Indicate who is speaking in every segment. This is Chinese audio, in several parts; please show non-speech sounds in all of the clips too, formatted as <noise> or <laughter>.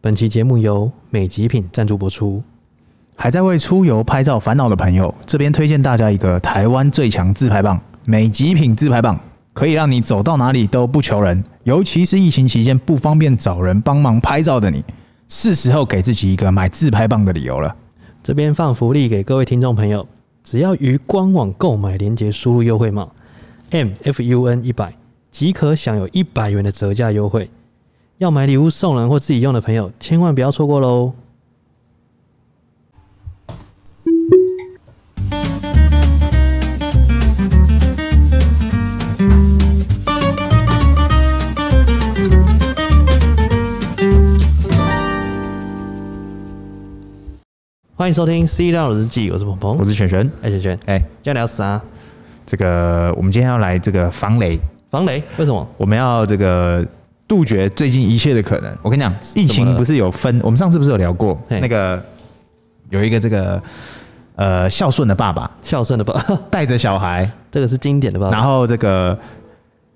Speaker 1: 本期节目由美极品赞助播出。
Speaker 2: 还在为出游拍照烦恼的朋友，这边推荐大家一个台湾最强自拍棒——美极品自拍棒，可以让你走到哪里都不求人。尤其是疫情期间不方便找人帮忙拍照的你，是时候给自己一个买自拍棒的理由了。
Speaker 1: 这边放福利给各位听众朋友，只要于官网购买链接输入优惠码 M F U N 一百，即可享有一百元的折价优惠。要买礼物送人或自己用的朋友，千万不要错过喽！欢迎收听《C 浪日记》，我是鹏
Speaker 2: 我
Speaker 1: 鹏，
Speaker 2: 是璇璇，
Speaker 1: 哎璇璇，
Speaker 2: 哎、
Speaker 1: 今天聊啥？
Speaker 2: 这个我们今天要来这个防雷，
Speaker 1: 防雷？为什么？
Speaker 2: 我们要这个杜绝最近一切的可能。我跟你讲，
Speaker 1: 怎
Speaker 2: 疫
Speaker 1: 么
Speaker 2: 情
Speaker 1: 了
Speaker 2: 不是有分，我们上次不是有聊过
Speaker 1: 嘿
Speaker 2: 那个有一个这个呃孝顺的爸爸
Speaker 1: 孝顺的爸，
Speaker 2: 带着小孩，
Speaker 1: 这个是经典的吧？
Speaker 2: 然后这个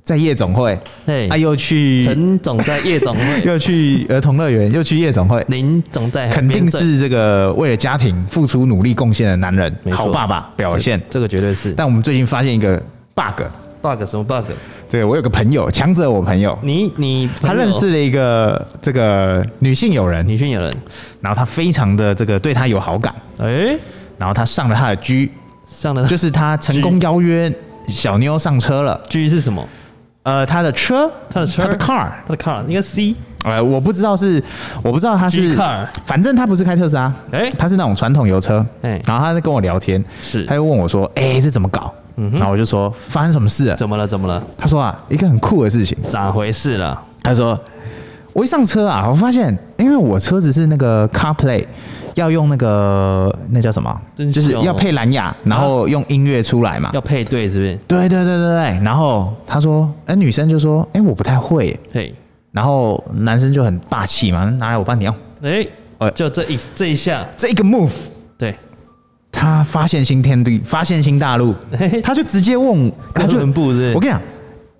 Speaker 2: 在夜总会，啊
Speaker 1: 嘿，
Speaker 2: 他又去
Speaker 1: 陈总在夜总
Speaker 2: <laughs>
Speaker 1: 会，
Speaker 2: 又去儿童乐园，又去夜总会，
Speaker 1: 林总在海
Speaker 2: 肯
Speaker 1: 边
Speaker 2: 定
Speaker 1: 睡
Speaker 2: 是这个为了家庭付出努力贡献的男人
Speaker 1: 没，错
Speaker 2: 好爸爸表现
Speaker 1: 这。个这个绝对是。
Speaker 2: 但我们最近发现一个 bug，
Speaker 1: bug 什么 bug？
Speaker 2: 对我有个朋友，强者我朋友，
Speaker 1: 你你
Speaker 2: 他认识了一个这个女性友人，
Speaker 1: 女性友人？
Speaker 2: 然后他非常的这个对他有好感，
Speaker 1: 哎、
Speaker 2: 然后他上了他的 G，
Speaker 1: 上了
Speaker 2: 就是是他成功邀约小妞上车了，
Speaker 1: G 是什么？
Speaker 2: 呃，他的车，
Speaker 1: 他的车
Speaker 2: 他的 car，
Speaker 1: 他的 car 应该 C
Speaker 2: 呃，我不知道是，我不知道他
Speaker 1: G
Speaker 2: 是
Speaker 1: car。
Speaker 2: 反正他不是开特斯拉，
Speaker 1: 哎
Speaker 2: 他是那种传统油车，
Speaker 1: 哎
Speaker 2: 然后他在跟我聊天，
Speaker 1: 是嗯
Speaker 2: 他就问我说，哎、这怎么搞？然后我就说发生什么事了？
Speaker 1: 怎么了？怎么了？
Speaker 2: 他说啊，一个很酷的事情，
Speaker 1: 咋回事了？
Speaker 2: 他说我一上车啊，我发现因为我车子是那个 CarPlay，要用那个那叫什么，
Speaker 1: 真
Speaker 2: 就是
Speaker 1: 凶
Speaker 2: 要配蓝牙，然后用音乐出来嘛。
Speaker 1: 要配对是不是？
Speaker 2: 对对对对对，然后他说，哎、女生就说，哎、我不太会耶，
Speaker 1: 嘿，
Speaker 2: 然后男生就很霸气嘛，拿来我帮你用。
Speaker 1: 哎、
Speaker 2: 哎
Speaker 1: 就这一这一下，
Speaker 2: 这一个 move，
Speaker 1: 对，
Speaker 2: 他发现新天地，发现新
Speaker 1: <laughs>
Speaker 2: 大陆
Speaker 1: 嘿嘿，
Speaker 2: 他就直接问我，他就
Speaker 1: 哥伦布是不是
Speaker 2: 我跟你讲，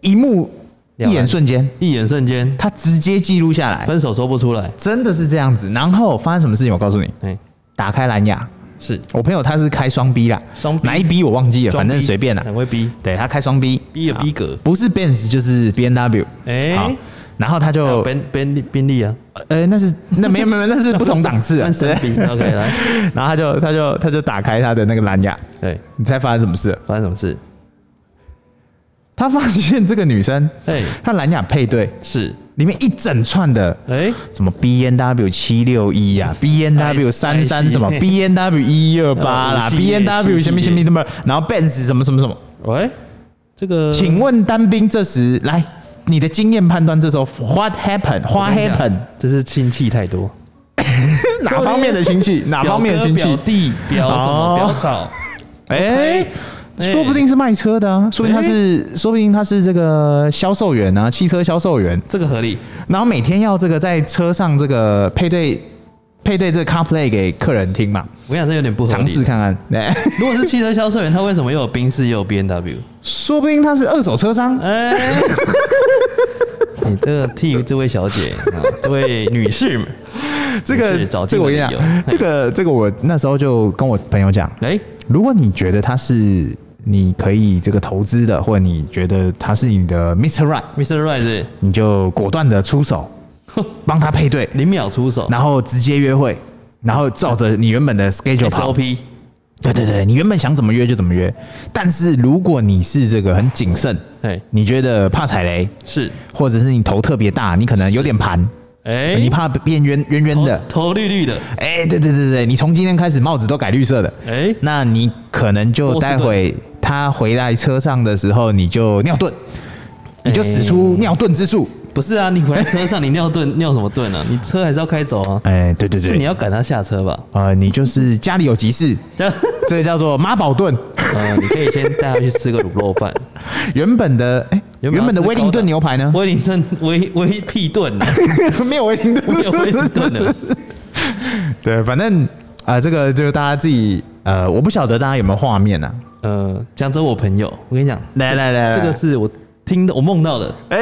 Speaker 2: 一幕
Speaker 1: 了然
Speaker 2: 一眼瞬间，
Speaker 1: 一眼瞬间
Speaker 2: 他直接记录下来，
Speaker 1: 分手说不出来，
Speaker 2: 真的是这样子。然后发生什么事情，我告诉你，
Speaker 1: 哎、
Speaker 2: 打开蓝牙，
Speaker 1: 是
Speaker 2: 我朋友他是开双 B 啦，
Speaker 1: 双 B
Speaker 2: 哪一 B 我忘记了，
Speaker 1: 装
Speaker 2: 反正
Speaker 1: B，
Speaker 2: 随便啦。啊
Speaker 1: 很会逼
Speaker 2: 对他开双 B，B
Speaker 1: 逼的逼格，
Speaker 2: 不是 Benz 就是 B N W，
Speaker 1: 哎
Speaker 2: 好，然后他
Speaker 1: 还有
Speaker 2: 就
Speaker 1: 宾宾宾利啊，
Speaker 2: 呃那是那没有没有没有那是不同档次
Speaker 1: <laughs>
Speaker 2: 啊
Speaker 1: 曼，森
Speaker 2: 对
Speaker 1: 宾，OK 来，
Speaker 2: <laughs> 然后他就他就他就打开他的那个蓝牙，
Speaker 1: 对，
Speaker 2: 你猜发生什么事了？
Speaker 1: 发生什么事？
Speaker 2: 他发现这个女生，
Speaker 1: 哎、
Speaker 2: 她蓝牙配对
Speaker 1: 是，
Speaker 2: 里面一整串的
Speaker 1: 哎、
Speaker 2: 什么 B N W 七六一呀，B N W 三
Speaker 1: 哎
Speaker 2: 三什么 B N W 一二八
Speaker 1: 哦
Speaker 2: 啦，B N W 什么什么什么，然后 Benz 什么什么什么。
Speaker 1: 喂，这个
Speaker 2: 请问单兵这时来，你的经验判断这时候 what happened？
Speaker 1: 我
Speaker 2: what
Speaker 1: 跟你讲
Speaker 2: happened？
Speaker 1: 这是亲戚太多，
Speaker 2: 是哪方面的亲戚？
Speaker 1: 啊
Speaker 2: 哪方面的亲
Speaker 1: 表
Speaker 2: 戚
Speaker 1: 哥表？弟、表什么、
Speaker 2: 哦
Speaker 1: 表嫂，
Speaker 2: 哎、
Speaker 1: 哎
Speaker 2: 说不定是卖车的啊，说不定他是，说不定他是这个销售员啊，汽车销售员，
Speaker 1: 这个合理。
Speaker 2: 然后每天要这个在车上这个配对配对这个 CarPlay 给客人听嘛，
Speaker 1: 我跟你讲，这有点不合理。
Speaker 2: 尝试看看。哎、 <laughs>
Speaker 1: 如果是汽车销售员，他为什么又有宾士又有 B N W？
Speaker 2: 说不定他是二手车 <laughs> 商，
Speaker 1: 哎，你这个替这位小姐啊，这位女士们，
Speaker 2: 这
Speaker 1: 是
Speaker 2: 个
Speaker 1: 找
Speaker 2: 这个我跟
Speaker 1: 进
Speaker 2: 你
Speaker 1: 来的理由
Speaker 2: 讲，这个 <laughs> 这个我那时候就跟我朋友讲，
Speaker 1: 哎，
Speaker 2: 如果你觉得它是你可以这个投资的，或者你觉得它是你的 Mr. Right，
Speaker 1: Mr. Right 是
Speaker 2: 你就果断的出手， <laughs> 帮他配对，
Speaker 1: 零秒出手
Speaker 2: 然后直接约会，然后照着你原本的 schedule 跑。
Speaker 1: ，SOP
Speaker 2: 对对对，你原本想怎么约就怎么约。但是如果你是这个很谨慎，
Speaker 1: 哎
Speaker 2: 你觉得怕踩雷，
Speaker 1: 是
Speaker 2: 或者是你头特别大，你可能有点盘，
Speaker 1: 哎，
Speaker 2: 你怕变冤冤冤的。
Speaker 1: 头头绿绿的，
Speaker 2: 哎、对对对对，你从今天开始帽子都改绿色的。
Speaker 1: 哎
Speaker 2: 那你可能就待会他回来车上的时候，你就尿遁，你就使出尿遁之术。
Speaker 1: 不是啊，你回来车上你尿遁尿什么遁啊？你车还是要开走啊，
Speaker 2: 哎、对对
Speaker 1: 是你
Speaker 2: 对，
Speaker 1: 要赶他下车
Speaker 2: <laughs>
Speaker 1: 吧？
Speaker 2: 呃，你就是家里有急事，
Speaker 1: 这样。
Speaker 2: 这个叫做妈宝盾。
Speaker 1: 呃，你可以先带他去吃个卤肉饭。
Speaker 2: <laughs> 原本的哎、原本的威灵顿牛排呢？
Speaker 1: 威灵顿 <laughs> 威威屁顿
Speaker 2: <laughs>
Speaker 1: 啊，
Speaker 2: 没有威灵顿，
Speaker 1: 没有威灵顿啊的。
Speaker 2: <laughs> 对，反正啊、呃这个就是大家自己呃，我不晓得大家有没有画面啊？
Speaker 1: 呃，讲着我朋友，我跟你讲，
Speaker 2: 来来来，
Speaker 1: 这个是我听的，我梦到的。
Speaker 2: 哎、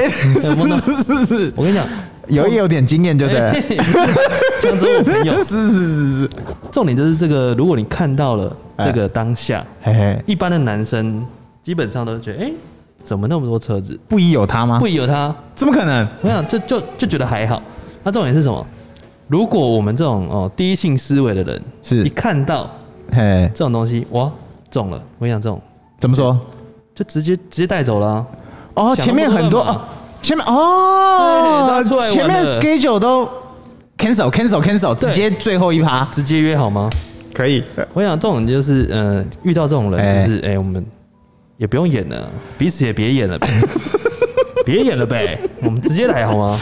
Speaker 1: 我们
Speaker 2: 是是是是，
Speaker 1: 我跟你讲，
Speaker 2: 有也有点经验，就对
Speaker 1: <laughs>
Speaker 2: 了。。
Speaker 1: 嘿这样子哎我朋友
Speaker 2: <laughs> 是是是是，
Speaker 1: 重点就是这个，如果你看到了
Speaker 2: 哎
Speaker 1: 这个当下，
Speaker 2: 嘿嘿，
Speaker 1: 一般的男生基本上都觉得，哎、怎么那么多车子？
Speaker 2: 不一有他吗？
Speaker 1: 不，由他，
Speaker 2: 怎么可能？
Speaker 1: 我想就就就觉得还好。那重点是什么？如果我们这种哦第一性思维的人，
Speaker 2: 是
Speaker 1: 一看到
Speaker 2: 嘿，
Speaker 1: 这种东西，哇，中了！我想这种
Speaker 2: 怎么说？
Speaker 1: 就直接直接带走了啊、
Speaker 2: 哦，
Speaker 1: 想
Speaker 2: 前面
Speaker 1: 不到
Speaker 2: 很多
Speaker 1: 嘛
Speaker 2: 哦，前面哦，
Speaker 1: 对大家出来玩
Speaker 2: 前面
Speaker 1: 了
Speaker 2: schedule 都 cancel cancel cancel，直
Speaker 1: 对
Speaker 2: 接最后一趴
Speaker 1: 直接约好吗？
Speaker 2: 可以。
Speaker 1: 我想这种就是，呃，遇到这种
Speaker 2: 哎
Speaker 1: 人就是，哎、我们也不用演了，彼此也别演
Speaker 2: <laughs>
Speaker 1: 了呗，别演了呗，我们直接来好吗？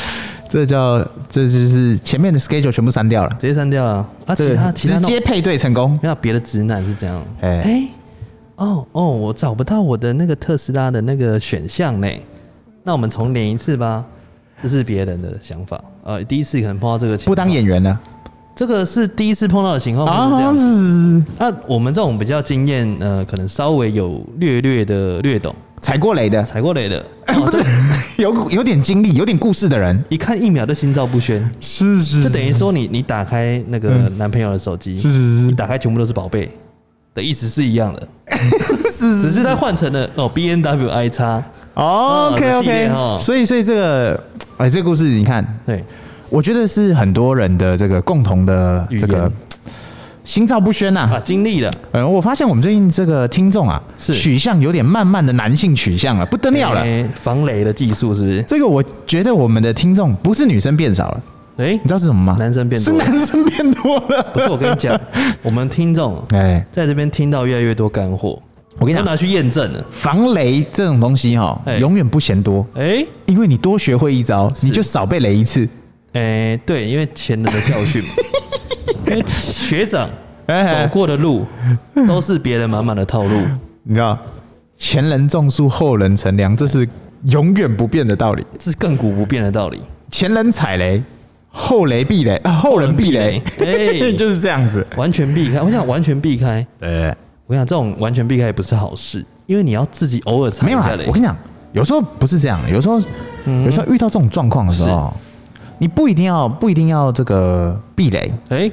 Speaker 2: 这叫这就是前面的 schedule 全部删掉了，
Speaker 1: 直接删掉了。啊，
Speaker 2: 这
Speaker 1: 其他其他
Speaker 2: 直
Speaker 1: 那种
Speaker 2: 接配对成功。
Speaker 1: 没有别的直男是这样，哎、
Speaker 2: 哎
Speaker 1: 哦哦，我找不到我的那个特斯拉的那个选项呢，那我们重连一次吧。这是别人的想法，呃，第一次可能碰到这个情
Speaker 2: 不
Speaker 1: 况，
Speaker 2: 当演员了啊
Speaker 1: 这个是第一次碰到的情况，哎不是这样子。
Speaker 2: 是是是
Speaker 1: 那、我们这种比较经验，呃，可能稍微有略略的略懂，
Speaker 2: 踩过雷的，
Speaker 1: 踩过雷的，
Speaker 2: 哎
Speaker 1: 哦、这
Speaker 2: <laughs> 有有点经历、有点故事的人，
Speaker 1: 一看一秒就心照不宣，
Speaker 2: 是是嗯
Speaker 1: 就等于说你你打开那个男朋友的手机，
Speaker 2: <laughs> 是
Speaker 1: 你打开全部都是宝贝的意思是一样的，
Speaker 2: 是
Speaker 1: 只是它换成了哦 B N W I 叉，
Speaker 2: 哦，OK
Speaker 1: 这系列
Speaker 2: OK，
Speaker 1: 哦
Speaker 2: 所以所以这个，哎，这个故事你看，
Speaker 1: 对，
Speaker 2: 我觉得是很多人的这个共同的
Speaker 1: 语言
Speaker 2: 这个心照不宣呐、
Speaker 1: 啊，经历了，
Speaker 2: 呃，我发现我们最近这个听众啊，
Speaker 1: 是
Speaker 2: 取向有点慢慢的男性取向了，不得了了。
Speaker 1: 哎防雷的技术是不是？
Speaker 2: 这个我觉得我们的听众不是女生变少了，
Speaker 1: 哎
Speaker 2: 你，知道是什么吗？
Speaker 1: 男生变
Speaker 2: 是
Speaker 1: 多了，
Speaker 2: 男生变多了。
Speaker 1: <laughs> 不是我跟你
Speaker 2: <laughs>
Speaker 1: 讲，我们听众
Speaker 2: 哎，
Speaker 1: 在这边听到越来越多干货，
Speaker 2: 我跟你
Speaker 1: 都
Speaker 2: 讲，
Speaker 1: 拿去验证了，
Speaker 2: 防雷这种东西哈、
Speaker 1: 哎
Speaker 2: 永远不嫌多，
Speaker 1: 哎。
Speaker 2: 因为你多学会一招，
Speaker 1: 是
Speaker 2: 你就少被雷一次。
Speaker 1: 哎、对，因为前人的教
Speaker 2: <laughs>
Speaker 1: 训嘛，因为学长
Speaker 2: 哎哎
Speaker 1: 走过的路都是别人满满的套路，
Speaker 2: 你知道，前人种树，后人乘凉，这是永远不变的道理。
Speaker 1: 这是亘古不变的道理。
Speaker 2: 前人踩雷，后雷避雷，啊、后人避雷， <laughs>
Speaker 1: 哎
Speaker 2: 就是这样子。
Speaker 1: 完全避开，我想完全避开，
Speaker 2: 对，
Speaker 1: 我想这种完全避开也不是好事，因为你要自己偶尔踩
Speaker 2: 没
Speaker 1: 一
Speaker 2: 有啊
Speaker 1: 下雷。，
Speaker 2: 我跟你讲，有时候不是这样，有时候、有时候遇到这种状况的时候，你不一定要不一定要这个避雷，
Speaker 1: 哎、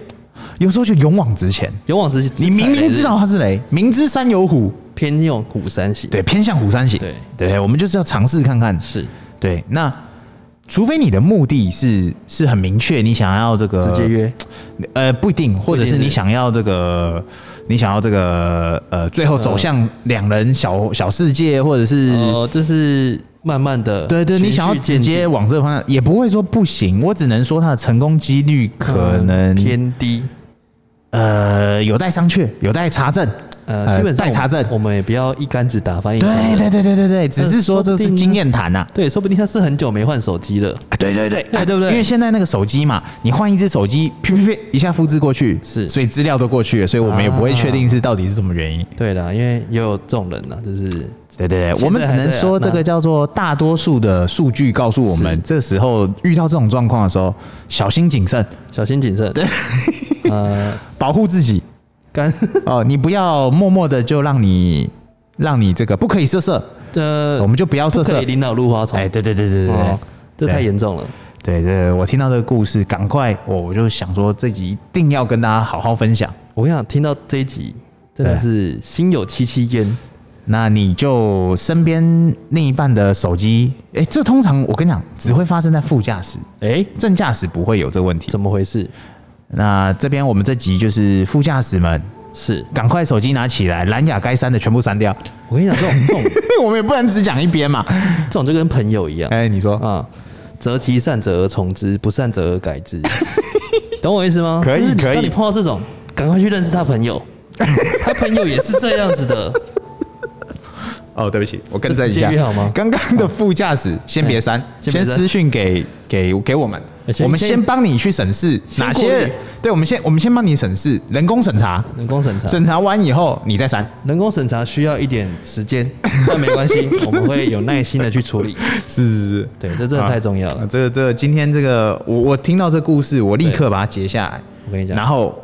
Speaker 2: 有时候就勇往直前。
Speaker 1: 勇往直前，
Speaker 2: 你明明知道它是雷，明知山有虎，
Speaker 1: 偏用虎山行，
Speaker 2: 对，偏向虎山行。
Speaker 1: 对
Speaker 2: 对，我们就是要尝试看看。
Speaker 1: 是
Speaker 2: 对，那除非你的目的是是很明确，你想要这个
Speaker 1: 直接约，
Speaker 2: 呃，不一定，或者是你想要这个，你想要这个，呃，最后走向两人小小世界，或者是、
Speaker 1: 哦、就是慢慢的，
Speaker 2: 对对，你想要直接往这个方向，也不会说不行。我只能说它的成功几率可
Speaker 1: 嗯
Speaker 2: 能、
Speaker 1: 偏低。
Speaker 2: 呃有待商榷，有待查证。
Speaker 1: 呃，
Speaker 2: 哎
Speaker 1: 基本上
Speaker 2: 待查证。
Speaker 1: 我们也不要一竿子打翻一船
Speaker 2: 对
Speaker 1: 人。
Speaker 2: 对对对对对，只是说这
Speaker 1: 说
Speaker 2: 是
Speaker 1: 不定啊
Speaker 2: 经验谈呐、
Speaker 1: 对，说不定他是很久没换手机了。
Speaker 2: 啊对对对，
Speaker 1: 哎对对不对
Speaker 2: 因为现在那个手机嘛，你换一只手机，啪啪啪一下复制过去，
Speaker 1: 是啊
Speaker 2: 所以资料都过去了，所以我们也不会确定是到底是什么原因。
Speaker 1: 对啦，因为也有这种人呐、就是现
Speaker 2: 对对对，
Speaker 1: 在啊
Speaker 2: 我们只能说这个叫做大多数的数据告诉我们，
Speaker 1: 是
Speaker 2: 这时候遇到这种状况的时候，小心谨慎，
Speaker 1: 小心谨慎。对，呃，
Speaker 2: 保护
Speaker 1: <laughs>
Speaker 2: 自己
Speaker 1: 干
Speaker 2: 哦，你不要默默的就让你让你这个不可以色色，
Speaker 1: 呃，
Speaker 2: 我们就不要色
Speaker 1: 不可
Speaker 2: 色
Speaker 1: 以。领导入花丛。
Speaker 2: 哎，对对对对对对
Speaker 1: 哦，这太严重了。
Speaker 2: 对对对，我听到这个故事，赶快我我就想说这集一定要跟大家好好分享。
Speaker 1: 我跟你讲，听到这一集真的
Speaker 2: 对
Speaker 1: 是心有戚戚焉。
Speaker 2: 那你就身边另一半的手机，哎，这通常我跟你讲，只会发生在副驾驶，
Speaker 1: 哎、
Speaker 2: 正驾驶不会有这个问题。
Speaker 1: 怎么回事？
Speaker 2: 那这边我们这集就是副驾驶们，
Speaker 1: 是
Speaker 2: 赶快手机拿起来，蓝牙该删的全部删掉。 <laughs>
Speaker 1: 我跟你讲，这种这种
Speaker 2: 我们也不能只讲一边嘛。
Speaker 1: 这种就跟朋友一样
Speaker 2: 哎、你说
Speaker 1: 啊，择其善者而从之，不善者而改之。懂我意思吗？
Speaker 2: 可以
Speaker 1: 就是
Speaker 2: 可以
Speaker 1: 当你碰到这种，赶快去认识他朋友，他朋友也是这样子的。
Speaker 2: 哦，对不起，我更正一
Speaker 1: 这
Speaker 2: 下
Speaker 1: 直接约好吗，哎
Speaker 2: 刚刚的副驾驶先别删，
Speaker 1: 先
Speaker 2: 先
Speaker 1: 别删
Speaker 2: 私讯给给给我们
Speaker 1: 哎，先
Speaker 2: 我们
Speaker 1: 先
Speaker 2: 先帮你去审视
Speaker 1: 先
Speaker 2: 哪
Speaker 1: 过
Speaker 2: 些
Speaker 1: 滤
Speaker 2: 人，对，我们先我们先帮你审视，人工审查，
Speaker 1: 人工审查，
Speaker 2: 审查完以后你再删。
Speaker 1: 人工审查需要一点时间，但没关系，我们会有耐心的去处理。
Speaker 2: 是是是，
Speaker 1: 对，这真的太重要
Speaker 2: 啊
Speaker 1: 了。
Speaker 2: 这个这个今天这个，我我听到这故事，我立刻把它截下来，
Speaker 1: 我跟你
Speaker 2: 然
Speaker 1: 讲，
Speaker 2: 后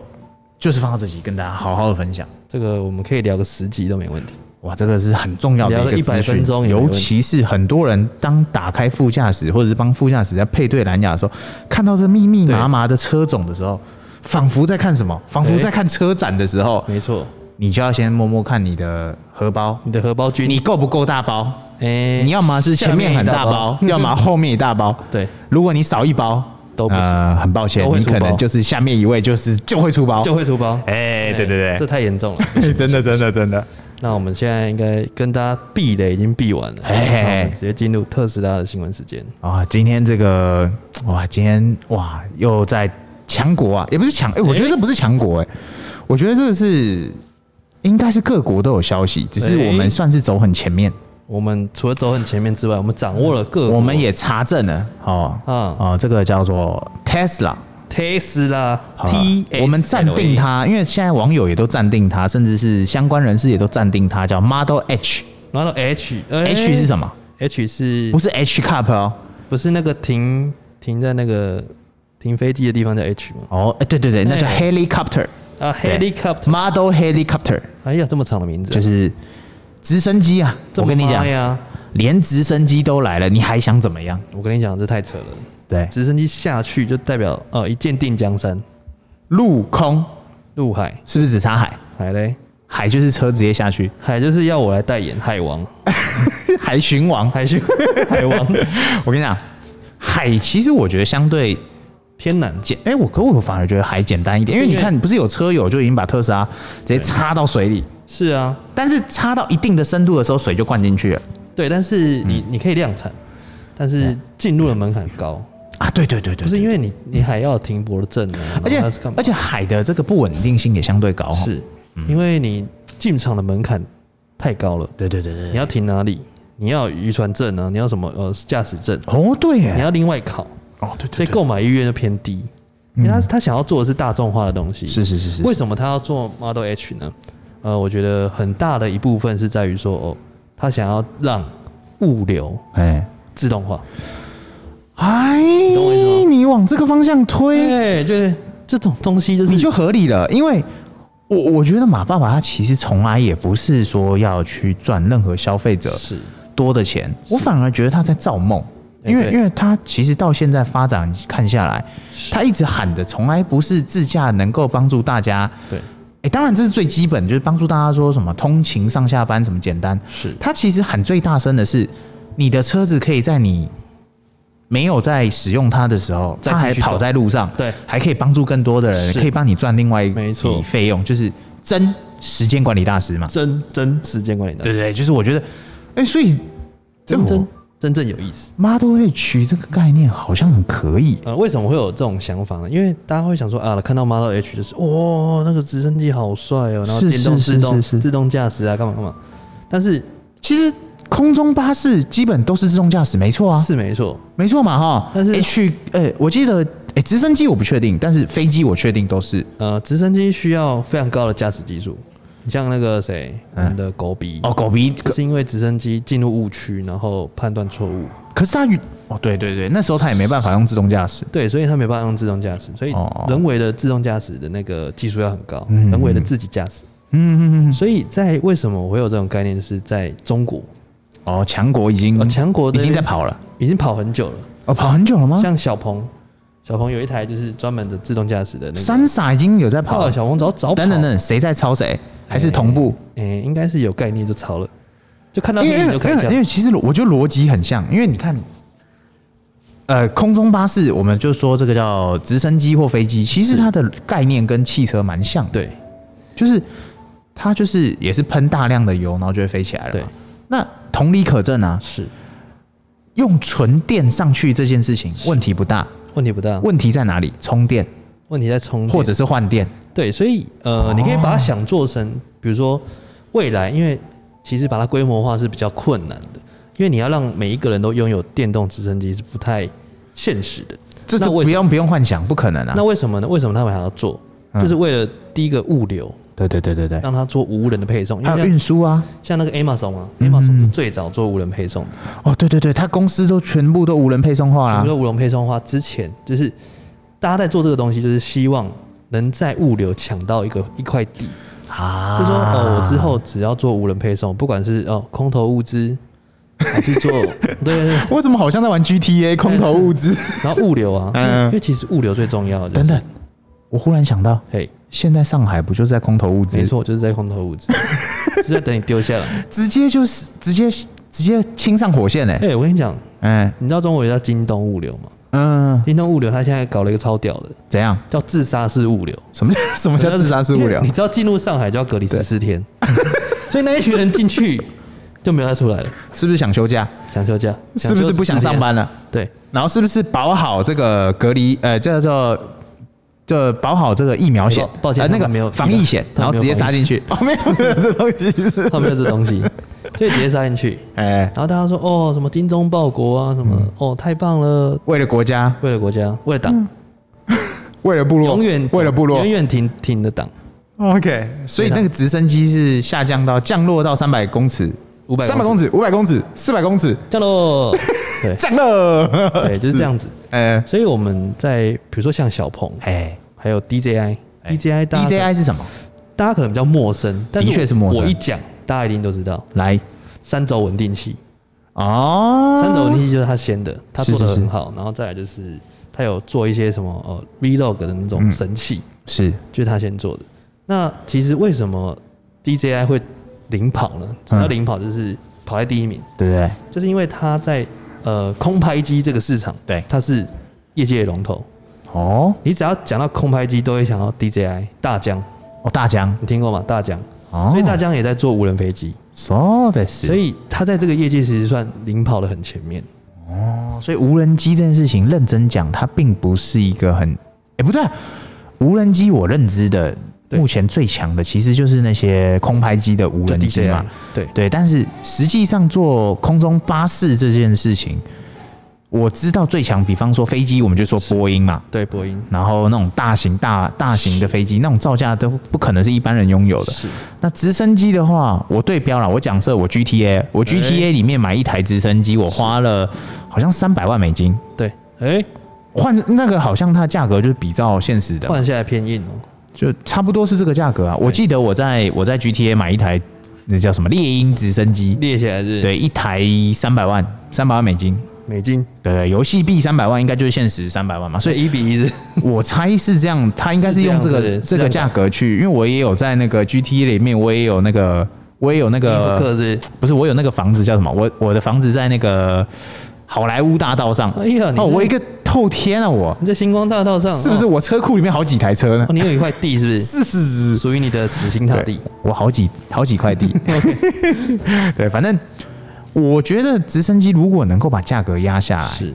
Speaker 2: 就是放到这集跟大家好好的分享。
Speaker 1: 这个我们可以聊个十集都没问题。
Speaker 2: 哇，这个是很重要的
Speaker 1: 聊了
Speaker 2: 一个资
Speaker 1: 100
Speaker 2: 讯
Speaker 1: 分钟也没
Speaker 2: 尤
Speaker 1: 问题
Speaker 2: 其是很多人当打开副驾驶或者是帮副驾驶在配对蓝牙的时候，看到这密密麻麻的车种的时候，仿佛在看什么？仿佛在看车展的时候，
Speaker 1: 没错，
Speaker 2: 你就要先摸摸看你的荷包，
Speaker 1: 你的荷包君，
Speaker 2: 你够不够大包？
Speaker 1: 嗯哎，
Speaker 2: 你要么是前面很大包
Speaker 1: 下面，一
Speaker 2: 要么后面一大包。
Speaker 1: <laughs> 对，
Speaker 2: 如果你少一包
Speaker 1: 都不行
Speaker 2: 呃，很抱歉
Speaker 1: 都，会
Speaker 2: 你
Speaker 1: 出包
Speaker 2: 可能就是下面一位就是就会出包。
Speaker 1: 就会出包。
Speaker 2: 哎，对对
Speaker 1: 这
Speaker 2: 对
Speaker 1: 太严重了。
Speaker 2: 嘿， <laughs> 真的真的真的，
Speaker 1: 那我们现在应该跟大家避雷已经避完了，
Speaker 2: 哎
Speaker 1: 那我们直接进入特斯拉的新闻时间。
Speaker 2: 啊，今天这个哇，今天哇又在强国啊，也不是强，哎、我觉得这不是强国、哎，我觉得这个是应该是各国都有消息，只是
Speaker 1: 哎
Speaker 2: 我们算是走很前面，
Speaker 1: 我们除了走很前面之外，我们掌握了各国
Speaker 2: 我们也查证了，哦，
Speaker 1: 嗯
Speaker 2: 哦，这个叫做 Tesla。
Speaker 1: Tesla
Speaker 2: 好了
Speaker 1: T，
Speaker 2: 啊
Speaker 1: E
Speaker 2: 我们暂定它，因为现在网友也都暂定它，甚至是相关人士也都暂定它，叫 Model H。
Speaker 1: 然后 H
Speaker 2: H 是
Speaker 1: 么
Speaker 2: 什么？
Speaker 1: ？H 是
Speaker 2: 不是 H Cup 哦。
Speaker 1: 不是那个停停在那个停飞机的地方叫 H 吗？
Speaker 2: 哦，哎对对对，那叫
Speaker 1: 哎
Speaker 2: Helicopter。
Speaker 1: 啊
Speaker 2: 对
Speaker 1: ，Helicopter，
Speaker 2: Model Helicopter
Speaker 1: 哎呀，这么长的名字，
Speaker 2: 就是直升机啊！
Speaker 1: 这
Speaker 2: 我
Speaker 1: 么
Speaker 2: 跟你讲
Speaker 1: 妈，呀，
Speaker 2: 连直升机都来了，你还想怎么样？
Speaker 1: 我跟你讲，这太扯了。
Speaker 2: 对，
Speaker 1: 直升机下去就代表呃一剑定江山，
Speaker 2: 陆空
Speaker 1: 入海
Speaker 2: 是不是只差海？
Speaker 1: 海嘞，
Speaker 2: 海就是车直接下去，
Speaker 1: 海就是要我来代言海王，
Speaker 2: 海巡王。
Speaker 1: 海
Speaker 2: <laughs>
Speaker 1: 巡海王
Speaker 2: 我跟你讲，海其实我觉得相对
Speaker 1: 偏难
Speaker 2: 简，哎、我可我反而觉得还简单一点，因
Speaker 1: 是
Speaker 2: 为你
Speaker 1: 因为
Speaker 2: 看，不是有车友就已经把特斯拉直接插到水里，
Speaker 1: 是啊，
Speaker 2: 但是插到一定的深度的时候，水就灌进去了
Speaker 1: 对，但是
Speaker 2: 嗯
Speaker 1: 你、你可以量产，但
Speaker 2: 哦
Speaker 1: 是进入的门槛高，
Speaker 2: 啊！对对对对
Speaker 1: 不是因为你你还要停泊证呢、
Speaker 2: 而
Speaker 1: 然后它是
Speaker 2: 且
Speaker 1: 干嘛
Speaker 2: 而且海的这个不稳定性也相对高，哦，
Speaker 1: 是、因为你进场的门槛太高了，
Speaker 2: 对对对对
Speaker 1: 你
Speaker 2: 对，
Speaker 1: 要停哪里？你要有渔船证啊，你要什么呃驾驶证，
Speaker 2: 哦对
Speaker 1: 你
Speaker 2: 耶，
Speaker 1: 要另外考，
Speaker 2: 哦对对
Speaker 1: 所
Speaker 2: 对嗯
Speaker 1: 以购买意愿就偏低，因为他他想要做的是大众化的东西，
Speaker 2: 是是是是，
Speaker 1: 为什么他要做 Model H 呢？呃，我觉得很大的一部分是在于说，哦，他想要让物流
Speaker 2: 哎
Speaker 1: 自动化。
Speaker 2: 哎
Speaker 1: 懂我意思，吗哎
Speaker 2: 你往这个方向推，
Speaker 1: 对，就是这种东西，就是
Speaker 2: 你就合理了，因为。我我觉得马爸爸他其实从来也不是说要去赚任何消费者
Speaker 1: 是
Speaker 2: 多的钱，我反而觉得他在造梦，
Speaker 1: 哎
Speaker 2: 因为
Speaker 1: 对
Speaker 2: 因为他其实到现在发展看下来，他一直喊的从来不是自驾能够帮助大家，
Speaker 1: 对，
Speaker 2: 哎，当然这是最基本，就是帮助大家说什么通勤上下班怎么简单，
Speaker 1: 是
Speaker 2: 他其实喊最大声的是，你的车子可以在你没有在使用它的时候，
Speaker 1: 再
Speaker 2: 它还
Speaker 1: 继续
Speaker 2: 跑
Speaker 1: 动
Speaker 2: 在路上，
Speaker 1: 对
Speaker 2: 还可以帮助更多的人，
Speaker 1: 是
Speaker 2: 可以帮你赚另外一
Speaker 1: 没
Speaker 2: 笔
Speaker 1: 错
Speaker 2: 费用，就是真时间管理大师嘛，
Speaker 1: 真真时间管理的
Speaker 2: 对，对对，就是我觉得，哎，所以
Speaker 1: 真
Speaker 2: 哎
Speaker 1: 真
Speaker 2: 我
Speaker 1: 真正有意思。
Speaker 2: Model H 这个概念好像很可以，
Speaker 1: 呃，为什么会有这种想法呢？因为大家会想说啊，看到 Model H 就是哇、那个直升机好帅哦，然后
Speaker 2: 是
Speaker 1: 电动
Speaker 2: 是是
Speaker 1: 自动
Speaker 2: 是是
Speaker 1: 自动驾驶啊，干嘛干嘛。但是
Speaker 2: 其实空中巴士基本都是自动驾驶，没错啊，
Speaker 1: 是没错，
Speaker 2: 没错嘛哈。
Speaker 1: 但是
Speaker 2: H 呃、我记得哎、直升机我不确定，但是飞机我确定都是
Speaker 1: 呃，直升机需要非常高的驾驶技术，你像那个谁，我们的狗比，
Speaker 2: 哦，狗鼻。可
Speaker 1: 是因为直升机进入误区，然后判断错误，
Speaker 2: 可是它与哦，对对对，那时候它也没办法用自动驾驶。
Speaker 1: 对，所以它没办法用自动驾驶，所以
Speaker 2: 哦嗯
Speaker 1: 人为的自动驾驶的那个技术要很高，人为的自己驾驶。
Speaker 2: 嗯嗯嗯嗯。
Speaker 1: 所以在为什么我会有这种概念，就是在中国，
Speaker 2: 哦，强国已经
Speaker 1: 哦强国
Speaker 2: 已
Speaker 1: 这边
Speaker 2: 经在跑了。
Speaker 1: 已经跑很久了，
Speaker 2: 哦，跑很久了吗？
Speaker 1: 像小鹏，小鹏有一台就是专门的自动驾驶的那个，
Speaker 2: 三傻已经有在跑
Speaker 1: 哦，
Speaker 2: 了。
Speaker 1: 小鹏早早跑
Speaker 2: 等等，等，谁在超谁？还是同步？
Speaker 1: 诶、应该是有概念就超了，就看到
Speaker 2: 因
Speaker 1: 你
Speaker 2: 为因为
Speaker 1: 就看一
Speaker 2: 因为因
Speaker 1: 下，
Speaker 2: 为其实我觉得逻辑很像，因为你看，呃，空中巴士我们就说这个叫直升机或飞机，其实它的概念跟汽车蛮像的，
Speaker 1: 对
Speaker 2: 就是它就是也是喷大量的油，然后就会飞起来了
Speaker 1: 对
Speaker 2: 嘛。那同理可证啊，
Speaker 1: 是
Speaker 2: 用纯电上去这件事情问题不大，
Speaker 1: 问题不大，
Speaker 2: 问题在哪里？充电
Speaker 1: 问题在嗯充电
Speaker 2: 或者是换电？
Speaker 1: 对，所以呃，
Speaker 2: 哦
Speaker 1: 你可以把它想做成，比如说未来，因为其实把它规模化是比较困难的，因为你要让每一个人都拥有电动直升机是不太现实的。
Speaker 2: 这这
Speaker 1: 那
Speaker 2: 不
Speaker 1: 为什
Speaker 2: 用不用幻想，不可能啊嗯
Speaker 1: 那！为什么呢？为什么他们还要做？就是为了第一个物流，
Speaker 2: 对对对对对，
Speaker 1: 让它做无人的配嗯送，因
Speaker 2: 还有
Speaker 1: 为像
Speaker 2: 运嗯输啊，
Speaker 1: 像那个 Amazon 啊，Amazon 是最早做无人配送的。
Speaker 2: 哦对对对，它公司都全部都无人配送化啊
Speaker 1: 什
Speaker 2: 啦
Speaker 1: 么叫。无人配送化？之前就是大家在做这个东西，就是希望能在物流抢到一个一块地，
Speaker 2: 啊
Speaker 1: 就说哦，我之后只要做无人配送，不管是哦空投物资，还是做对对对，
Speaker 2: 我怎么好像在玩 GTA 空投物资？
Speaker 1: 然后物流啊，
Speaker 2: 嗯
Speaker 1: 因为其实物流最重要的、就是。
Speaker 2: <laughs> 等等，，我忽然想到，
Speaker 1: 嘿，
Speaker 2: 现在上海不就是在空投物资
Speaker 1: 没？错，就是在空投物资， <laughs> 就是在等你丢下来。
Speaker 2: 直接就是直接直接亲上火线嘞、欸
Speaker 1: 哎、我跟你讲，
Speaker 2: 哎、
Speaker 1: 你知道中国有叫京东物流吗？
Speaker 2: 嗯，
Speaker 1: 京东物流它现在搞了一个超屌的，
Speaker 2: 怎样？
Speaker 1: 叫自杀式物流。
Speaker 2: 什么叫 <laughs> 什么叫自杀式物
Speaker 1: 因
Speaker 2: 流 <laughs>
Speaker 1: 为你？知道进入上海就要隔离十四天，所以那一群人进去就没有再出来了，
Speaker 2: 是不是想休假？
Speaker 1: 想休假，
Speaker 2: <laughs> 是不是不想上班了？
Speaker 1: 想休14天？对，
Speaker 2: 然后是不是保好这个隔离？呃，叫做就保好这个疫苗险
Speaker 1: 没有，抱歉
Speaker 2: 呃、那
Speaker 1: 他
Speaker 2: 个
Speaker 1: 们没有
Speaker 2: 防疫险，
Speaker 1: 他
Speaker 2: 然
Speaker 1: 们没
Speaker 2: 后直
Speaker 1: 有
Speaker 2: 接杀进去。哦，没有没有这东西 <laughs> 是，
Speaker 1: 他没有这东西，所以直接杀进去。
Speaker 2: 哎、
Speaker 1: 然后大家说哦，什么精忠报国啊，什么、哦，太棒了，
Speaker 2: 为了国家，
Speaker 1: 为了国家，为了党，
Speaker 2: 为了部落，
Speaker 1: 永远
Speaker 2: 嗯为了部落
Speaker 1: 永。远挺挺的党，
Speaker 2: OK，所以那个直升机是下降到降落到三百公尺，
Speaker 1: 500
Speaker 2: 三百
Speaker 1: 公
Speaker 2: 公尺，五百公尺，四百公尺，
Speaker 1: 降落， <laughs>
Speaker 2: <laughs>
Speaker 1: 对
Speaker 2: 降落。
Speaker 1: 对，就是这样子。
Speaker 2: <laughs> 呃，
Speaker 1: 所以我们在比如说像小鹏，
Speaker 2: 哎
Speaker 1: 还有 DJI。DJI 大家可能
Speaker 2: ，DJI 是什么？
Speaker 1: 大家可能比较陌生，但是
Speaker 2: 的确是陌生
Speaker 1: 我一讲，大家一定都知道
Speaker 2: 来
Speaker 1: 三轴稳定器。
Speaker 2: 哦，
Speaker 1: 三轴稳定器就是它先的，它
Speaker 2: 是
Speaker 1: 做的
Speaker 2: 是是
Speaker 1: 很好，然后再来就是它有做一些什么呃 vlog 的那种神器，
Speaker 2: 是
Speaker 1: 就是它先做的。那其实为什么 DJI 会领跑呢？什么叫领跑？就是跑在第一名，
Speaker 2: 对不对？
Speaker 1: 就是因为它在呃空拍机这个市场，
Speaker 2: 对
Speaker 1: 它是业界的龙头。
Speaker 2: 哦
Speaker 1: 你只要讲到空拍机，都会想到 DJI 大疆，
Speaker 2: 哦，大疆
Speaker 1: 你听过吗？大疆，
Speaker 2: 哦，
Speaker 1: 所以大疆也在做无人飞机。
Speaker 2: そうです，
Speaker 1: 所以他在这个业界其实算领跑的很前面。
Speaker 2: 哦所以无人机这件事情，认真讲，它并不是一个很，哎，不对啊，无人机我认知的
Speaker 1: 对
Speaker 2: 目前最强的其实就是那些空拍机的无
Speaker 1: 就
Speaker 2: 人机
Speaker 1: DJI
Speaker 2: 嘛，
Speaker 1: 对
Speaker 2: 对，但是实际上做空中巴士这件事情，我知道最强，比方说飞机，我们就说波音嘛，
Speaker 1: 对，波音
Speaker 2: 然后那种大型大大型的飞机，那种造价都不可能是一般人拥有的。
Speaker 1: 是
Speaker 2: 那直升机的话，我对标了，我假设我 GTA，我 GTA 里面买一台直升机，我花了好像三百万美金，
Speaker 1: 对，哎、
Speaker 2: 换那个好像它价格就是比照现实的嘛，
Speaker 1: 换下来偏硬哦、
Speaker 2: 就差不多是这个价格啊。我记得我在我在 GTA 买一台那叫什么猎鹰直升机，
Speaker 1: 列下来是
Speaker 2: 对，一台三百万，三百万美金。
Speaker 1: 美金，
Speaker 2: 对，游戏币三百万应该就是现实三百万嘛，
Speaker 1: 所
Speaker 2: 所以
Speaker 1: 以一比一是
Speaker 2: 我猜是这样，他应该是用这个
Speaker 1: 是这样子
Speaker 2: 这个价格去，因为我也有在那个 GT 里面，我也有那个，我也有那
Speaker 1: <laughs> 克
Speaker 2: 个，
Speaker 1: 是
Speaker 2: 不是我有那个房子叫什么？我我的房子在那个好莱坞大道上，
Speaker 1: 哎呀你
Speaker 2: 哦，
Speaker 1: 是
Speaker 2: 我一个透天啊，我
Speaker 1: 你在星光大道上
Speaker 2: 是不是？
Speaker 1: 哦
Speaker 2: 我车库里面好几台车呢
Speaker 1: 哦？你有一块地是不是？
Speaker 2: <laughs> 是是是，
Speaker 1: 属于你的死心塌
Speaker 2: 对
Speaker 1: 地。，
Speaker 2: 我好几好几
Speaker 1: <laughs>
Speaker 2: 块地，对，反正我觉得直升机如果能够把价格压下来，
Speaker 1: 是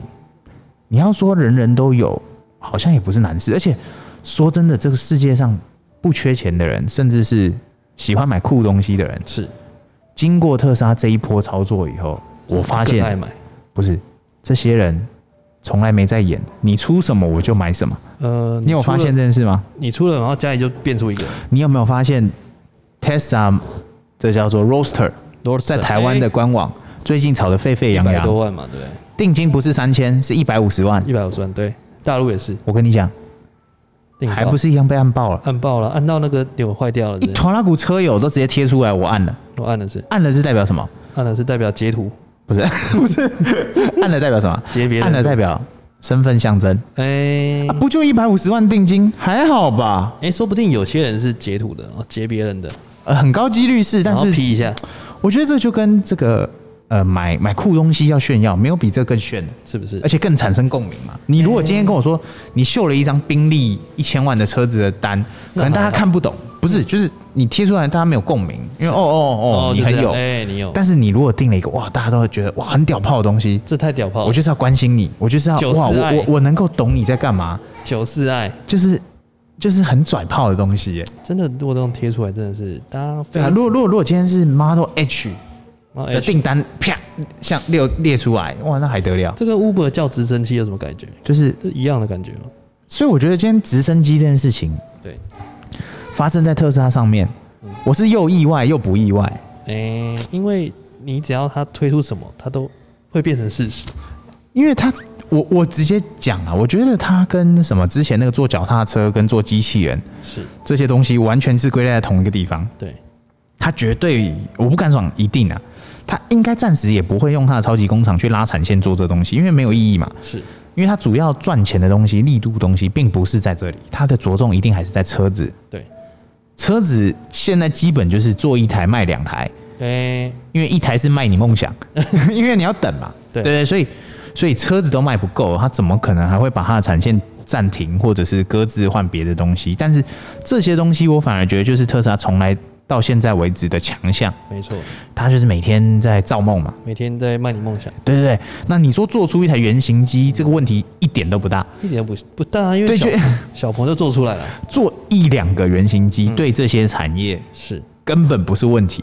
Speaker 2: 你要说人人都有，好像也不是难事。而且说真的，这个世界上不缺钱的人，甚至是喜欢买酷东西的人，
Speaker 1: 是，
Speaker 2: 经过特斯拉这一波操作以后，我发
Speaker 1: 更爱
Speaker 2: 现
Speaker 1: 买。
Speaker 2: 不是这些人从来没在演，你出什么我就买什么。
Speaker 1: 呃，
Speaker 2: 你有
Speaker 1: 出
Speaker 2: 发现
Speaker 1: 了？
Speaker 2: 这件事吗？
Speaker 1: 你出了，然后家里就变出一个
Speaker 2: 你有没有发现 Tesla 这叫做 Roaster，在台湾的官网最近炒得沸沸
Speaker 1: 一
Speaker 2: 扬
Speaker 1: 百多
Speaker 2: 扬，
Speaker 1: 万嘛，对不对？
Speaker 2: 定金不是三千，是一百五十万。
Speaker 1: 一百五十万，对，大陆也是，
Speaker 2: 我跟你讲，
Speaker 1: 定
Speaker 2: 还
Speaker 1: 高
Speaker 2: 不是一样被按爆了。
Speaker 1: 按爆了，按到那个钮坏掉了
Speaker 2: 一
Speaker 1: 是不是
Speaker 2: 团拉股车友都直接贴出来，我按了，
Speaker 1: 我按的是，
Speaker 2: 按了是代表什么？
Speaker 1: 按的是代表截图，
Speaker 2: 不是， <laughs> 不是，按了代表什么？
Speaker 1: 截别人
Speaker 2: 按了
Speaker 1: 的
Speaker 2: 代表身份象征、
Speaker 1: 哎、
Speaker 2: <laughs> 啊，不就一百五十万定金，还好吧？
Speaker 1: 哎、说不定有些人是截图的，哦，截别人的，
Speaker 2: 呃，很高几率是，但
Speaker 1: 然后
Speaker 2: 是
Speaker 1: P 一下，
Speaker 2: 我觉得这就跟这个呃买买酷东西要炫耀，没有比这更炫的，
Speaker 1: 是不是
Speaker 2: 而？且更产生共鸣嘛。你如果今天跟我说你秀了一张宾利一千万的车子的单，可能大
Speaker 1: 那还好
Speaker 2: 家看不懂，不是，就是你贴出来大家没有共鸣，因为哦哦哦，你
Speaker 1: 就
Speaker 2: 很
Speaker 1: 这样
Speaker 2: 有
Speaker 1: 哎、。你有，
Speaker 2: 但是你如果定了一个哇，大家都会觉得哇很屌炮的东西，
Speaker 1: 这太屌炮了，
Speaker 2: 我就是要关心你，我就是要
Speaker 1: 九四
Speaker 2: 哇，我
Speaker 1: 爱
Speaker 2: 我我能够懂你在干嘛，
Speaker 1: 九四爱，
Speaker 2: 就是就是很拽炮的东西耶。
Speaker 1: 真的，如果这种贴出来，真的是大家非
Speaker 2: 对啊，
Speaker 1: 常
Speaker 2: 如果如果如果今天是 Model H
Speaker 1: 然后
Speaker 2: 的
Speaker 1: H-
Speaker 2: 订单，啪，像列列出来，哇，那还得了？
Speaker 1: 这跟 Uber 叫直升机有什么感觉？
Speaker 2: 就是，
Speaker 1: 这一样的感觉吗？
Speaker 2: 所以我觉得今天直升机这件事情
Speaker 1: 对，
Speaker 2: 发生在特斯拉上面，我是又意外又不意外。
Speaker 1: 哎、因为你只要它推出什么，它都会变成事实，
Speaker 2: 因为它我我直接讲啊，我觉得它跟什么之前那个做脚踏车跟做机器人
Speaker 1: 是
Speaker 2: 这些东西完全是归类在同一个地方，
Speaker 1: 对，
Speaker 2: 它绝对我不敢讲一定啊，它应该暂时也不会用它的超级工厂去拉产线做这东西，因为没有意义嘛。
Speaker 1: 是
Speaker 2: 因为它主要赚钱的东西、力度的东西，并不是在这里，它的着重一定还是在车子。
Speaker 1: 对，
Speaker 2: 车子现在基本就是做一台卖两台，
Speaker 1: 哎，
Speaker 2: 因为一台是卖你梦想，因为你要等嘛。
Speaker 1: 对
Speaker 2: 对，所以所以车子都卖不够，它怎么可能还会把它的产线暂停或者是搁置换别的东西？但是这些东西，我反而觉得就是特斯拉从来到现在为止的强项，
Speaker 1: 没错，
Speaker 2: 它就是每天在造梦嘛。
Speaker 1: 每天在卖你梦想，
Speaker 2: 对对对，那你说做出一台原型机这个问题一点都不大，
Speaker 1: 一点都不不大啊，因为
Speaker 2: 对
Speaker 1: 小
Speaker 2: 就
Speaker 1: 小朋友就做出来了，
Speaker 2: 做一两个原型
Speaker 1: 嗯
Speaker 2: 机对这些产业
Speaker 1: 是
Speaker 2: 根本不是问题，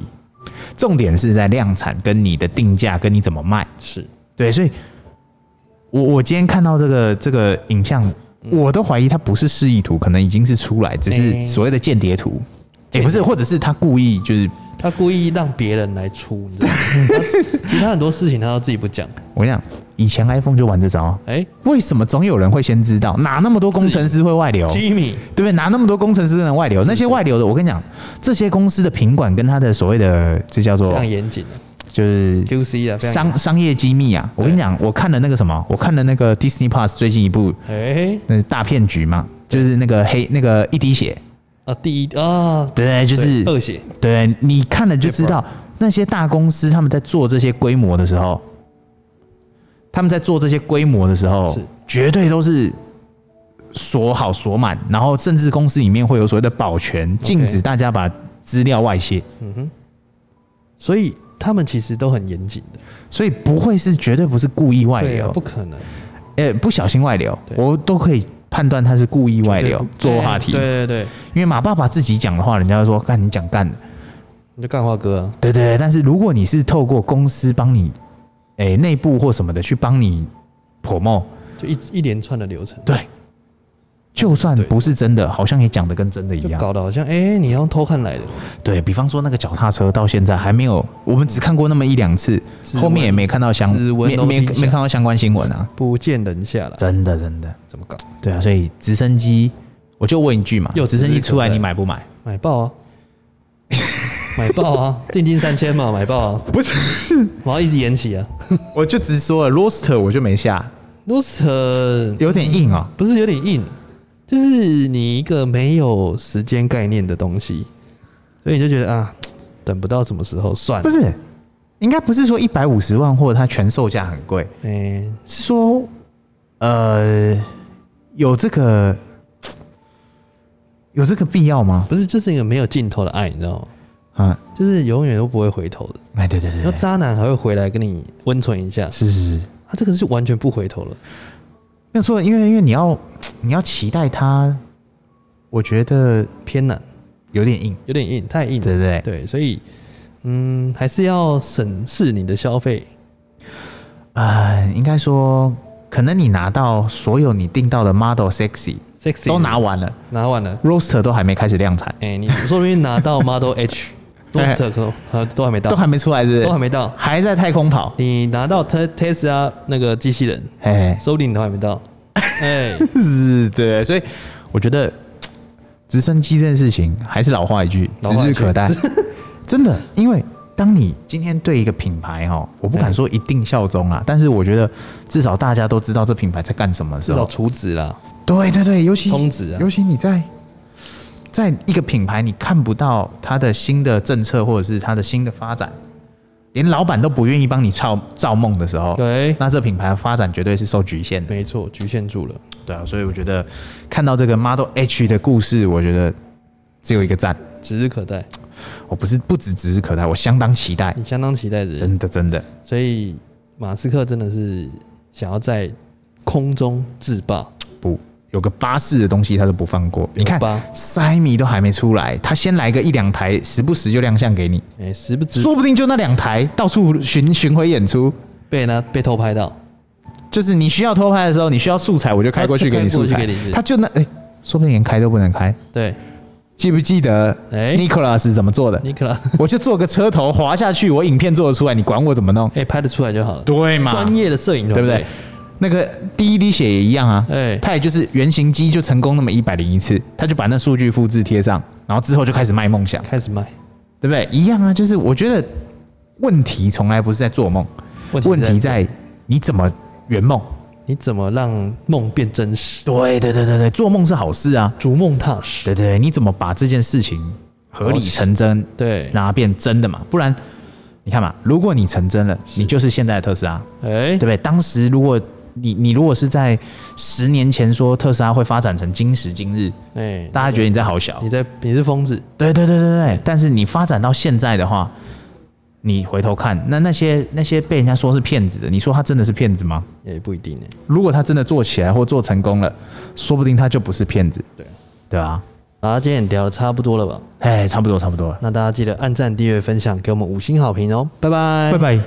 Speaker 2: 重点是在量产跟你的定价跟你怎么卖。
Speaker 1: 是，
Speaker 2: 对，所以我我今天看到这个这个影像，我都怀疑它不是示意图，可能已经是出来，只
Speaker 1: 嗯哎
Speaker 2: 是所谓的间谍图。也、
Speaker 1: 间谍
Speaker 2: 不是，或者是他故意就是，
Speaker 1: 他故意让别人来出，你知道吗？他其他很多事情他都自己不讲，
Speaker 2: 我跟你讲，以前 iPhone 就玩这招啊。
Speaker 1: 哎
Speaker 2: 为什么总有人会先知道？哪那么多工程师会外流？对
Speaker 1: ，Jimmy，
Speaker 2: 不对？哪那么多工程师能外流？那些外流的，我跟你讲，这些公司的品管跟他的所谓的这叫
Speaker 1: 非
Speaker 2: 做
Speaker 1: 常严谨啊
Speaker 2: 就是
Speaker 1: ，QC 啊，非常
Speaker 2: 商商业机密啊。我跟你讲，我看了那个什么，我看了那个 Disney Plus 最近一部
Speaker 1: 哎
Speaker 2: 那是大骗局嘛，就是那个黑那个一滴血，
Speaker 1: 啊，第一啊，
Speaker 2: 对，就是
Speaker 1: 对恶血，
Speaker 2: 对，你看了就知道那些大公司他们在做这些规模的时候，他们在做这些规模的时候
Speaker 1: 是，
Speaker 2: 绝对都是锁好锁满，然后甚至公司里面会有所谓的保全，禁止大家把资料外泄，
Speaker 1: 所以他们其实都很严谨的，
Speaker 2: 所以不会是绝对不是故意外
Speaker 1: 对啊，
Speaker 2: 流
Speaker 1: 不，可能
Speaker 2: 呃，不小心外流，
Speaker 1: 对
Speaker 2: 我都可以判断他是故意外流做话题，
Speaker 1: 对对对，
Speaker 2: 因为马爸爸自己讲的话，人家就说干你讲干的。
Speaker 1: 你就干话哥啊，
Speaker 2: 对对对，但是如果你是透过公司帮你，诶内部或什么的去帮你 promo，
Speaker 1: 就一一连串的流程，
Speaker 2: 对，就算
Speaker 1: 对
Speaker 2: 不是真的，好像也讲的跟真的一
Speaker 1: 就
Speaker 2: 样。
Speaker 1: 搞得好像哎、诶你要偷看来的，
Speaker 2: 对比方说那个脚踏车，到现在还没有，我们只看过那么一两次，
Speaker 1: 指纹
Speaker 2: 后面也没看到相
Speaker 1: 指纹
Speaker 2: 没
Speaker 1: 都
Speaker 2: 没
Speaker 1: 听起来
Speaker 2: 没看到相关新闻啊，
Speaker 1: 不见人下了，
Speaker 2: 真的真的，
Speaker 1: 怎么搞？
Speaker 2: 对啊，所以直升机，我就问一句嘛，
Speaker 1: 又
Speaker 2: 直升
Speaker 1: 指日
Speaker 2: 机
Speaker 1: 可
Speaker 2: 出来
Speaker 1: 待
Speaker 2: 你买不买？
Speaker 1: 买爆
Speaker 2: <laughs>
Speaker 1: 啊！买爆啊！定金三千嘛，买爆啊！
Speaker 2: 不是， <laughs>
Speaker 1: 我要一直延期啊！
Speaker 2: 我就直说了 r o s t e r 我就没下，
Speaker 1: 如此
Speaker 2: 有点硬啊、
Speaker 1: 不是有点硬，就是你一个没有时间概念的东西，所以你就觉得啊，等不到什么时候算
Speaker 2: 不
Speaker 1: 了。
Speaker 2: 是，应该不是说一百五十万或者它全售价很贵，
Speaker 1: 哎、
Speaker 2: 是说呃有这个有这个必要吗？
Speaker 1: 不是，就是一个没有尽头的爱，你知道吗？
Speaker 2: 啊，
Speaker 1: 就是永远都不会回头的。
Speaker 2: 哎，对对对
Speaker 1: 然
Speaker 2: 对
Speaker 1: 后渣男还会回来跟你温存一下，
Speaker 2: 是是是，
Speaker 1: 他、这个是完全不回头了。
Speaker 2: 没有错，因为因为你要你要期待它，我觉得
Speaker 1: 偏难，
Speaker 2: 有点硬，
Speaker 1: 有点硬，太硬了。
Speaker 2: 对不对？
Speaker 1: 对，所以嗯，还是要审视你的消费。
Speaker 2: 啊，应该说，可能你拿到所有你订到的 Model Sexy
Speaker 1: sexy
Speaker 2: 都拿完了
Speaker 1: 拿完了，
Speaker 2: ，Roaster 都还没开始量产，
Speaker 1: 哎、你说不定拿到 Model
Speaker 2: <laughs>
Speaker 1: H、Roadster 可能呃都还没到，
Speaker 2: 都还没出来，是不是？
Speaker 1: 都还没到。
Speaker 2: 还在太空跑，
Speaker 1: 你拿到 Te- Tesla 那个机器人，
Speaker 2: 哎。
Speaker 1: 说不定你都还没
Speaker 2: <laughs>
Speaker 1: 到。哎、
Speaker 2: 是的，所以我觉得直升机这件事情还是老话一句，
Speaker 1: 老
Speaker 2: 指
Speaker 1: 话一
Speaker 2: 日
Speaker 1: 句 <laughs>
Speaker 2: 可待。真的，因为当你今天对一个品牌哈，我不
Speaker 1: 哎
Speaker 2: 敢说一定效忠啊，但是我觉得至少大家都知道这品牌在干什么的时
Speaker 1: 至少
Speaker 2: 候，
Speaker 1: 除值啦，
Speaker 2: 对对对，尤其
Speaker 1: 充值啊
Speaker 2: 尤其你在在一个品牌你看不到它的新的政策或者是它的新的发展，连老板都不愿意帮你造造梦的时候，
Speaker 1: 对，
Speaker 2: 那这品牌的发展绝对是受局限的。
Speaker 1: 没错，局限住了。
Speaker 2: 对啊，所以我觉得看到这个 Model H 的故事，我觉得只有一个赞。
Speaker 1: 指日可待，
Speaker 2: 我不是不止指日可待，我相当期待，
Speaker 1: 你相当期待的人，
Speaker 2: 真的真的。
Speaker 1: 所以马斯克真的是想要在空中自爆，
Speaker 2: 不，有个巴士的东西他都不放过。你看
Speaker 1: 巴，
Speaker 2: 塞米都还没出来，他先来个一两台，时不时就亮相给你，
Speaker 1: 哎、时不时
Speaker 2: 说不定就那两台到处巡巡回演出。
Speaker 1: 被人家被偷拍到，
Speaker 2: 就是你需要偷拍的时候，你需要素材，我就开过去给你素
Speaker 1: 开
Speaker 2: 材
Speaker 1: 过去给你。
Speaker 2: 他就那哎、说不定连开都不能开。
Speaker 1: 对，
Speaker 2: 记不记得
Speaker 1: 哎
Speaker 2: Nicholas 怎么做的？
Speaker 1: 尼克拉，
Speaker 2: 我就做个车头滑下去，我影片做得出来，你管我怎么弄？
Speaker 1: 哎、拍得出来就好了。
Speaker 2: 对嘛？
Speaker 1: 专业的摄影团
Speaker 2: 对不
Speaker 1: 队
Speaker 2: 对？那个第一滴血也一样啊，
Speaker 1: 哎
Speaker 2: 它也就是原型机就成功那么一百零一次，他就把那数据复制贴上，然后之后就开始卖梦想，
Speaker 1: 开始卖。
Speaker 2: 对不对？一样啊，就是我觉得问题从来不是在做梦，
Speaker 1: 问题
Speaker 2: 问题
Speaker 1: 在
Speaker 2: 在你怎么圆梦。
Speaker 1: 你怎么让梦变真实，
Speaker 2: 对对对对对，做梦是好事啊，
Speaker 1: 逐梦踏实。
Speaker 2: 对对对，你怎么把这件事情合理成真，
Speaker 1: 对，
Speaker 2: 让它变真的嘛？不然你看嘛，如果你成真了，你就是现在的特斯拉，
Speaker 1: 哎
Speaker 2: 对不，对？当时如果你你如果是在十年前说特斯拉会发展成今时今日，
Speaker 1: 哎，
Speaker 2: 大家觉得你在好小
Speaker 1: 你，在你是疯子，
Speaker 2: 对对对对对。但是你发展到现在的话，你回头看，那那些那些被人家说是骗子的，你说他真的是骗子吗？
Speaker 1: 也哎不一定呢。
Speaker 2: 如果他真的做起来或做成功了，说不定他就不是骗子，
Speaker 1: 对，
Speaker 2: 对啊。
Speaker 1: 啊，今天也聊的差不多了吧？
Speaker 2: 哎，差不多差不多了，
Speaker 1: 那大家记得按赞、订阅、分享，给我们五星好评哦，拜拜，
Speaker 2: 拜。拜。